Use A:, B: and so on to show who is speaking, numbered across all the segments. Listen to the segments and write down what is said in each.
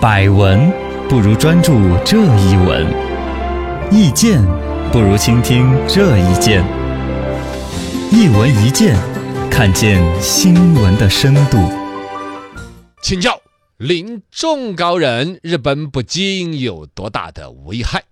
A: 百闻不如专注这一闻，意见不如倾听这一见。一闻一见，看见新闻的深度。
B: 请教临仲高人，日本不禁有多大的危害？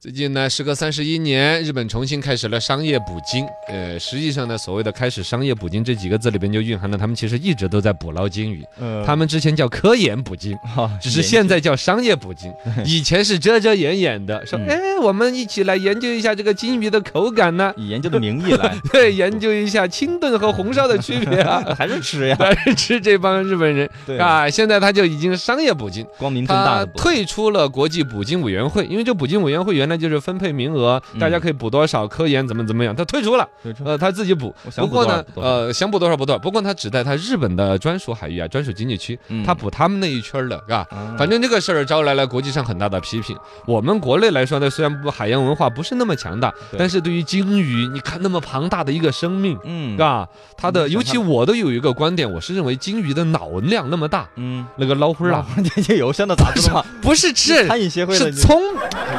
B: 最近呢，时隔三十一年，日本重新开始了商业捕鲸。呃，实际上呢，所谓的开始商业捕鲸这几个字里边就蕴含了他们其实一直都在捕捞鲸鱼。
A: 嗯
C: 呃
B: 他们之前叫科研捕鲸，
C: 们
B: 只是现在叫商业捕鲸，以前是遮遮掩掩的，说
C: 嗯
B: 哎，我们一起来研究一下这个鲸鱼的口感呢、
C: 以研究的名 义来，
B: 对，研究一下清炖和红烧的区 别啊。
C: 还是吃呀？
B: 但是吃这帮日本人
C: 对，
B: 啊，现 在他就已经商业捕鲸，
C: 光明正大
B: 他
C: 的不
B: 退出了国际捕鲸委员会，因为这捕鲸委员会原来就是分配名额，
C: 嗯
B: 大家可以捕多少，科研怎么怎么样，他退出了，
C: 退出
B: 呃，他自己捕。
C: 我想
B: 不
C: 补
B: 过
C: 多少
B: 呢
C: 补，多少
B: 呃，想捕多少捕多少，不过他只在他日本的专属海域啊，专属经济区，
C: 嗯
B: 他捕他们那一圈儿的，是吧？
C: 啊
B: 反正这个事儿招来了国际上很大的批评。我们国内来说呢，虽然不海洋文化不是那么强大，
C: 对
B: 但是对于鲸鱼，你看那么庞大的一个生命，
C: 嗯
B: 是吧？它的，
C: 嗯
B: 尤其我都有一个观点，我是认为鲸鱼的脑量那么大，
C: 嗯，
B: 那个捞灰儿啊，
C: 这这有香的咋知道啊？
B: 不是吃，
C: 餐饮协会的
B: 是
C: 你
B: 聪。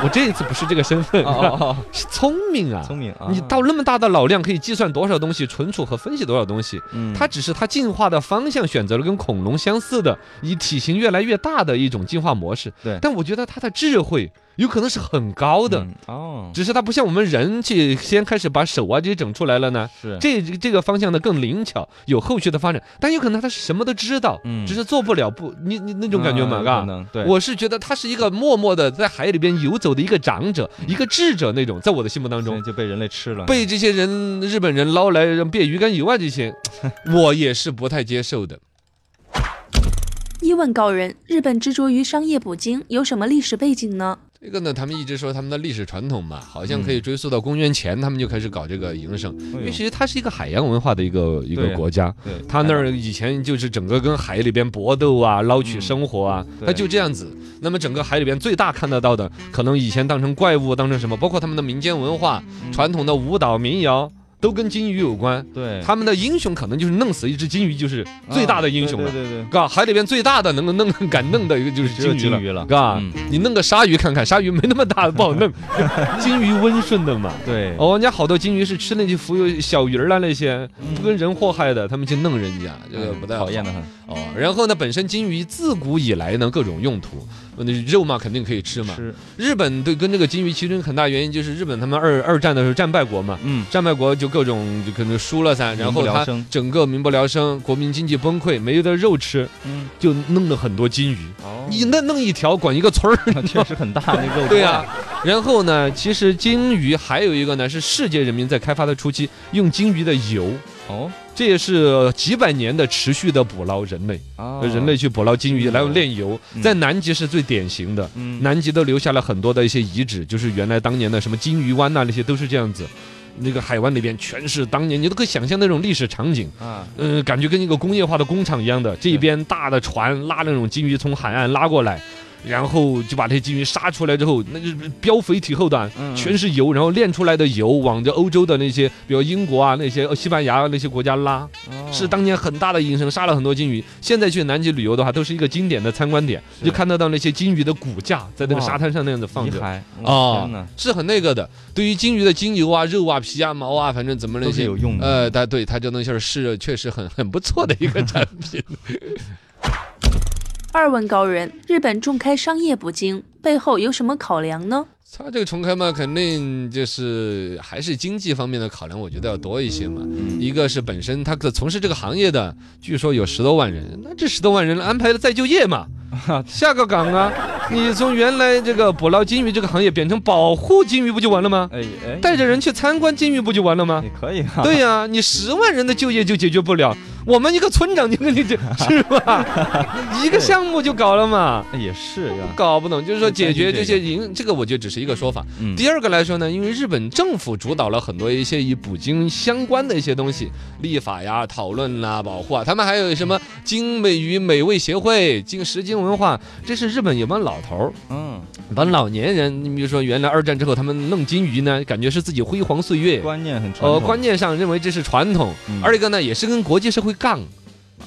B: 我这一次不是这个身份，
C: 哦哦
B: 是聪明
C: 哦，
B: 啊。
C: 聪明啊！
B: 你到那么大的脑量，可以计算多少东西，存储和分析多少东西。
C: 嗯
B: 它只是它进化的方向选择了跟恐龙相似的，以体型越来越大的一种进化模式。
C: 对
B: 但我觉得它的智慧有可能是很高的，
C: 嗯哦，
B: 只是它不像我们人去先开始把手啊这些整出来了呢。
C: 是
B: 这这个方向的更灵巧，有后续的发展，但有可能它是什么都知道，
C: 嗯
B: 只是做不了不，你你那种感觉嘛，
C: 嗯
B: 嘎、
C: 可能对，
B: 我是觉得他是一个默默的在海里边游走的一个长者，
C: 嗯
B: 一个智者那种，在我的心目当
C: 现在
B: 中。
C: 就被人类吃了，
B: 被这些人日本人捞来让变鱼竿油啊这 些，我也是不太接受的。
D: 一问高人，日本执着于商业捕鲸有什么历史背景呢？
B: 这个呢，他们一直说他们的历史传统嘛，好像可
C: 嗯
B: 以追溯到公元前，他们就开始搞这个营生，
C: 哎呦
B: 因为其实它是一个海洋文化的一个一个
C: 对呀啊
B: 国家，
C: 对
B: 他那儿以前就是整个跟海里边搏斗啊、捞取
C: 嗯
B: 生活啊，
C: 对
B: 他就这样子。那么整个海里边最大看得到的，可能以前当成怪物，当成什么，包括他们的民间文化、
C: 嗯
B: 传统的舞蹈、民谣，都跟金鱼有关。
C: 对
B: 他们的英雄可能就是弄死一只金鱼就是最大的英雄
C: 啊
B: 了。
C: 对对对，
B: 嘎，海里边最大的能够弄 敢弄的一个就是
C: 只有
B: 金鱼了，
C: 金鱼了
B: 嘎
C: 嗯，
B: 你弄个鲨鱼看看，鲨鱼没那么大，不好 弄，金鱼温顺的嘛。
C: 对
B: 哦，人家好多金鱼是吃那些浮游小鱼儿啊啦，那些
C: 嗯
B: 不跟人祸害的，他们去弄人家，这个
C: 嗯
B: 不太好
C: 讨厌的很，
B: 哦。然后呢，本身金鱼自古以来呢各种用途，那肉嘛肯定可以吃嘛。
C: 吃
B: 日本对跟这个金鱼其中很大原因就是日本他们二二战的时候战败国嘛，
C: 嗯
B: 战败国就各种就可能输了噻，然
C: 民不
B: 后
C: 聊
B: 他
C: 生
B: 整个民不聊生，国民经济崩溃，没得肉吃，
C: 嗯
B: 就弄了很多金鱼。
C: 哦
B: 你那弄一条管一个村儿，
C: 确实很大那肉
B: 对
C: 呀
B: 啊。 然后呢，其实鲸鱼还有一个呢，是世界人民在开发的初期用鲸鱼的油，
C: 哦
B: 这也是几百年的持续的捕捞人类，
C: 啊
B: 哦人类去捕捞鲸鱼
C: 嗯
B: 来炼油，
C: 嗯
B: 在南极是最典型的。
C: 嗯
B: 南极都留下了很多的一些遗址，就是原来当年的什么鲸鱼湾啊呐、那些都是这样子。那个海湾里边全是当年，你都可以想象那种历史场景，
C: 啊
B: 嗯、感觉跟一个工业化的工厂一样的，这边大的船拉那种鲸鱼从海岸拉过来，然后就把这些鲸鱼杀出来之后，那就是膘肥体厚的啊，
C: 嗯嗯
B: 全是油，然后炼出来的油往着欧洲的那些，比如英国啊、那些西班牙啊那些国家拉，
C: 哦
B: 是当年很大的营生，杀了很多鲸鱼。现在去南极旅游的话，都是一个经典的参观点，
C: 是哦
B: 就看得到那些鲸鱼的骨架在那个
C: 哇
B: 沙滩上那样子放
C: 遗
B: 着。
C: 骸
B: 哦
C: 哇天哪
B: 是很那个的，对于鲸鱼的精油啊、肉啊、皮啊、毛啊，反正怎么那
C: 都是
B: 些
C: 有
A: 嗯
C: 用的
B: 呃，它对它这东西儿是确实很很不错的一个产品。
D: 二问高人，日本重开商业捕鲸背后有什么考量呢？
B: 它这个重开嘛，肯定就是还是经济方面的考量，我觉得要多一些嘛。一个是本身它可从事这个行业的，据说有十多万人，那这十多万人安排了再就业嘛，下个岗啊，你从原来这个捕捞鲸鱼这个行业变成保护鲸鱼不就完了吗？
C: 哎哎
B: 带着人去参观鲸鱼不就完了吗？
C: 也可以啊
B: 对呀、你十万人的就业就解决不了，我们一个村长就跟你这是吧？一个项目就搞了嘛，
C: 哎也是呀
B: 搞不懂。就是说解决
C: 这
B: 这些营，这个我觉得只是一个说法。
C: 嗯
B: 第二个来说呢，因为日本政府主导了很多一些与捕鲸相关的一些东西，立法呀、讨论啦、保护啊，他们还有什么鲸美与美味协会、鲸食鲸文化，这是日本有帮老头儿。
C: 嗯
B: 把老年人，你比如说原来二战之后他们弄金鱼呢，感觉是自己辉煌岁月，
C: 观念很传
B: 呃，
C: 统
B: 观念上认为这是传统，
C: 嗯
B: 二一个呢也是跟国际社会杠。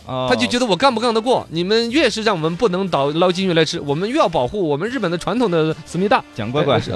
C: 他
B: 他就觉得我干不干得过你们，越是让我们不能倒捞金鱼来吃，我们越要保护我们日本的传统的思密达。
C: 蒋乖 乖
B: 哎，是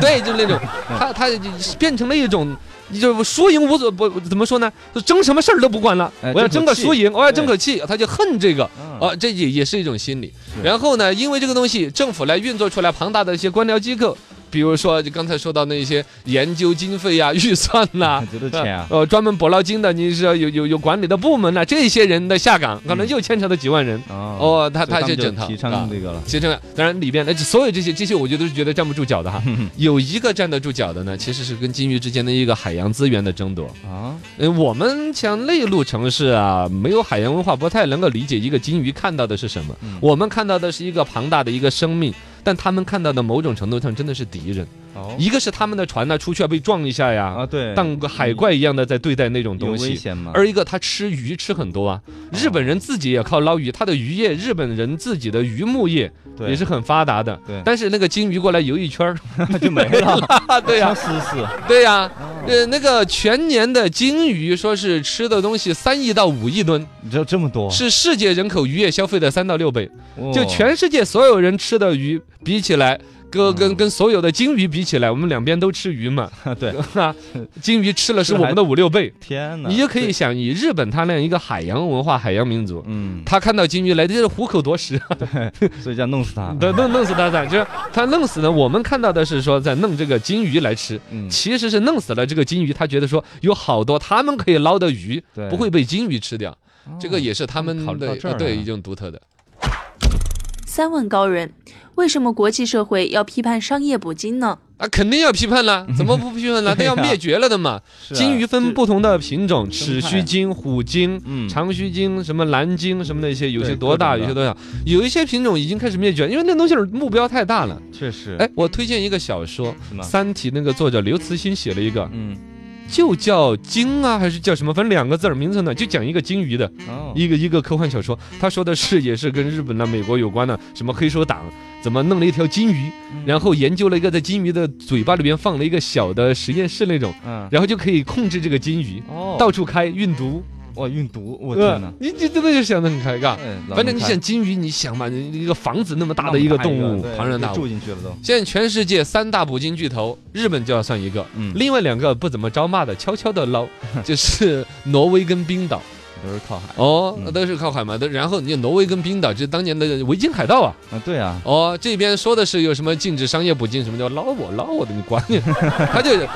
B: 对，就是 那种，他他就是变成了一种，你就输赢无所不怎么说呢？就争什么事儿都不管了
C: 哎，
B: 我要争
C: 争
B: 个
C: 口气哎
B: 输赢，我要争口气，他就恨这个。
C: 啊，
B: 啊，这也也是一种心理。
C: 是
B: 然后呢，因为这个东西，政府来运作出来庞大的一些官僚机构，比如说就刚才说到那些研究经费呀、预算呐、
C: 很值得钱啊，
B: 呃，专门捕捞金的，你是要有有有管理的部门呐、这些人的下岗，可能
C: 嗯
B: 又牵扯到几万人。
C: 哦，
B: 哦，他
C: 所以
B: 他
C: 们
B: 就
C: 就
B: 整套
C: 提
B: 啊
C: 倡这个了，
B: 其实这个当然里边，那所有这些这些，我觉得是觉得站不住脚的 哈。有一个站得住脚的呢，其实是跟金鱼之间的一个海洋资源的争夺。
C: 啊，
B: 呃，我们像内陆城市啊，没有海洋文化，不太能够理解一个金鱼看到的是什么。
C: 嗯
B: 我们看到的是一个庞大的一个生命，但他们看到的某种程度上真的是敌人。
C: 哦
B: 一个是他们的船呢出去要被撞一下呀，
C: 啊，对，
B: 当个海怪一样的在对待那种
C: 有
B: 东
C: 危
B: 西。
C: 险吗？
B: 而一个他吃鱼吃很多啊，日本人自己也靠捞鱼，他的渔业，日本人自己的渔牧业
C: 对
B: 也是很发达的。
C: 对
B: 但是那个金鱼过来游一圈儿，
C: 就 没了，
B: 啊，对呀、
C: 像思思，
B: 对呀、呃，那个全年的金鱼说是吃的东西三亿到五亿吨，
C: 你知道 这么多，
B: 是世界人口渔业消费的三到六倍。
C: 哦
B: 就全世界所有人吃的鱼比起来，跟跟跟所有的金鱼比起来，我们两边都吃鱼嘛，
C: 对，
B: 啊，金鱼吃了是我们的五六倍。
C: 天哪，
B: 你就可以想，以日本它那样一个海洋文化、海洋民族，
C: 嗯，
B: 他看到金鱼来，这是虎口夺食，
C: 所以叫弄死 他，
B: 对，弄弄死它噻。就是他弄死呢，我们看到的是说在弄这个金鱼来吃，
C: 嗯，
B: 其实是弄死了这个金鱼。他觉得说有好多他们可以捞的鱼
C: 对
B: 不会被金鱼吃掉，这个
C: 哦
B: 也是他们
C: 考虑
B: 的
C: 到这儿
B: 呃对
C: 了
B: 一种独特的。
D: 三问高人：为什么国际社会要批判商业捕鲸呢？
B: 啊，肯定要批判啦，怎么不批判 啦？都
C: 对
B: 要
C: 呀
B: 灭绝了的嘛。
C: 是啊
B: 金鱼分不同的品种，
C: 生
B: 齿
C: 态
B: 须鲸、虎鲸、
C: 嗯
B: 长须鲸、什么蓝鲸什么那些，有些
C: 对
B: 多大，
C: 各种
B: 有些
C: 的
B: 多小，有一些品种已经开始灭绝，因为那东西儿目标太大了。
C: 确实，
B: 哎，我推荐一个小说
C: 是
B: 《
C: 吗
B: 三体》，那个作者刘慈欣写了一个，
C: 嗯，
B: 就叫鲸啊，还是叫什么？反正两个字儿，名字呢就讲一个鲸鱼的
C: 哦，
B: 一个一个科幻小说。他说的是也是跟日本的、美国有关的，什么黑手党怎么弄了一条鲸鱼，
C: 嗯
B: 然后研究了一个在金鱼的嘴巴里边放了一个小的实验室那种，
C: 嗯，
B: 然后就可以控制这个金鱼
C: 哦，
B: 到处开运毒。
C: 哇运毒，我
B: 呃
C: 天哪，
B: 你你真的就想得很开尬。
C: 哎老
B: 反正
C: 能
B: 你
C: 看
B: 想金鱼，你想嘛，你一个房子那么大
C: 那
B: 的
C: 么
B: 一个
C: 大
B: 动物
C: 对，
B: 庞然
C: 就
B: 大物
C: 住。进去了都，
B: 现在全世界三大捕鲸巨头，日本就要算一个，
C: 嗯
B: 另外两个不怎么招骂的，悄悄的 捞，就是挪威跟冰岛。
C: 都是靠海
B: 哦，那
C: 嗯
B: 都是靠海嘛。都然后你挪威跟冰岛，这当年的维京海盗啊，
C: 啊，对啊，
B: 哦，这边说的是有什么禁止商业捕鲸什么叫捞我捞我的，你管你， 他就就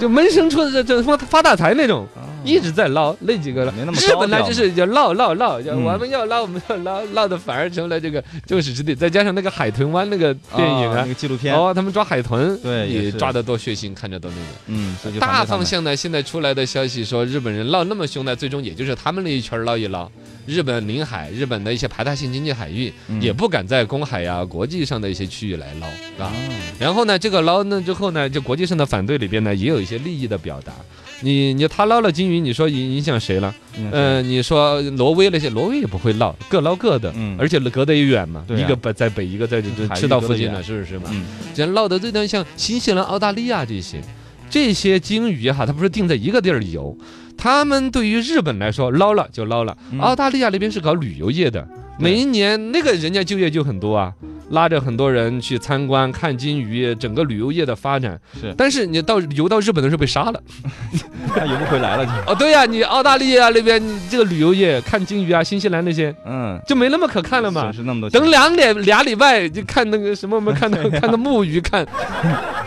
B: 就闷声出这这发发大财那种，
C: 哦
B: 一直在捞那几个了。
C: 没那么
B: 日本呢
C: 高调
B: 就是叫捞捞捞，叫
C: 嗯
B: 我们要捞我们要捞，捞的反而成了这个众矢之的。再加上那个海豚湾那个电影
C: 哦那
B: 啊，
C: 个纪录片，
B: 哦，他们抓海豚，
C: 对也
B: 也
C: 是
B: 抓得多血腥，看着多那个。
C: 嗯，所以就
B: 大
C: 反
B: 方
C: 对
B: 向呢，现在出来的消息说，日本人闹那么凶呢，最终也就是他们那一圈儿捞一捞。日本领海、日本的一些排他性经济海域，
C: 他们，
B: 也
C: 嗯
B: 不敢在公海呀、啊国际上的一些区域来捞啊。
C: 啊，
B: 然后呢，这个捞呢之后呢，就国际上的反对里边呢，也有一些利益的表达。你你他捞了金鱼，你说影影响谁了？
C: 嗯
B: 呃，你说挪威那些，挪威也不会捞，各捞各的，
C: 嗯
B: 而且隔得也远嘛，
C: 对啊
B: 一个北在北，一个在这这
C: 海域
B: 赤道
C: 隔
B: 附
C: 得
B: 近
C: 远
B: 呢，是不是嘛？
C: 嗯
B: 人捞的最多像新西兰、澳大利亚这些，这些鲸鱼啊哈，它不是定在一个地儿游。他们对于日本来说，捞了就捞了。
C: 嗯
B: 澳大利亚那边是搞旅游业的，每一年那个人家就业就很多啊，拉着很多人去参观看鲸鱼，整个旅游业的发展。
C: 是
B: 但是你到游到日本的时候被杀了。
C: 他游不回来 了就，
B: 哦，对呀、你澳大利亚那边你这个旅游业看鲸鱼啊，新西兰那些
C: 嗯，
B: 就没那么可看了嘛。
C: 损失那么多钱，
B: 等两点俩礼拜就看那个什么，我们 看到看到木鱼看，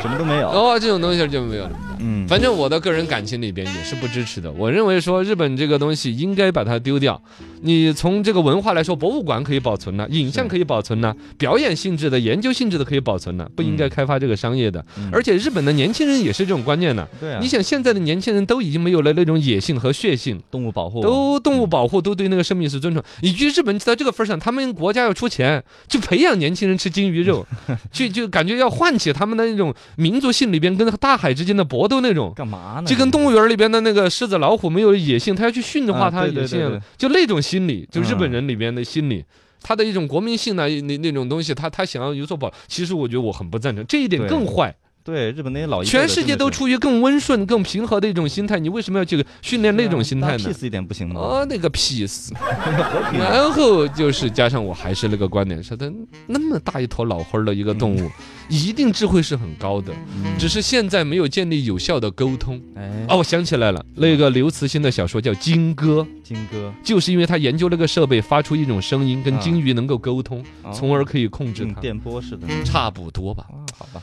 C: 什么都没 有，
B: 哦，这种东西就没有了。
C: 嗯，
B: 反正我的个人感情里边也是不支持的。我认为说日本这个东西应该把它丢掉。你从这个文化来说，博物馆可以保存了，影像可以保存嗯了，表演性质的、研究性质的可以保存了，不应该开发这个商业的。
C: 嗯
B: 而且日本的年轻人也是这种观念呢。
C: 对啊，
B: 你想现在的年轻人都已经没有了那种野性和血性，
C: 动物保护啊
B: 都动物保护，都对那个生命是尊重。你去日本到这个份儿上，他们国家要出钱去培养年轻人吃鲸鱼 肉，去就感觉要唤起他们的那种民族性里边跟大海之间的搏斗那种。
C: 干嘛呢？
B: 就跟动物园里边的那个狮子、老虎没有野性，它要去驯化
C: 啊
B: 它的
C: 对
B: 野
C: 对
B: 性
C: 对
B: 了
C: 对，
B: 就那种心理，就日本
C: 嗯
B: 人里边的心理。他啊的一种国民性呢，那那种东西，他他想要有所保，其实我觉得我很不赞成，这一点
C: 对
B: 更坏，
C: 对，日本那些老一辈的
B: 全世界都出于更温顺、更平和的一种心态，你为什么要去训练
C: 真的是
B: 那种心态呢？
C: 啊，peace 一点不行吗？
B: 哦，那哦个屁死！
C: 和平啊
B: 然后就是加上我还是那个观点，说它那么大一坨老灰儿的一个动物，一定智慧是很高的，
C: 嗯
B: 只是现在没有建立有效的沟通。
C: 哎，
B: 哦，我想起来了，那个刘慈欣的小说叫《金戈》，
C: 金哥，
B: 就是因为他研究那个设备发出一种声音，跟
C: 啊
B: 鲸鱼能够沟通，
C: 啊
B: 从而可以控制嗯
C: 用
B: 它，
C: 电波似的，哦
B: 差不多吧。
C: 啊，好吧，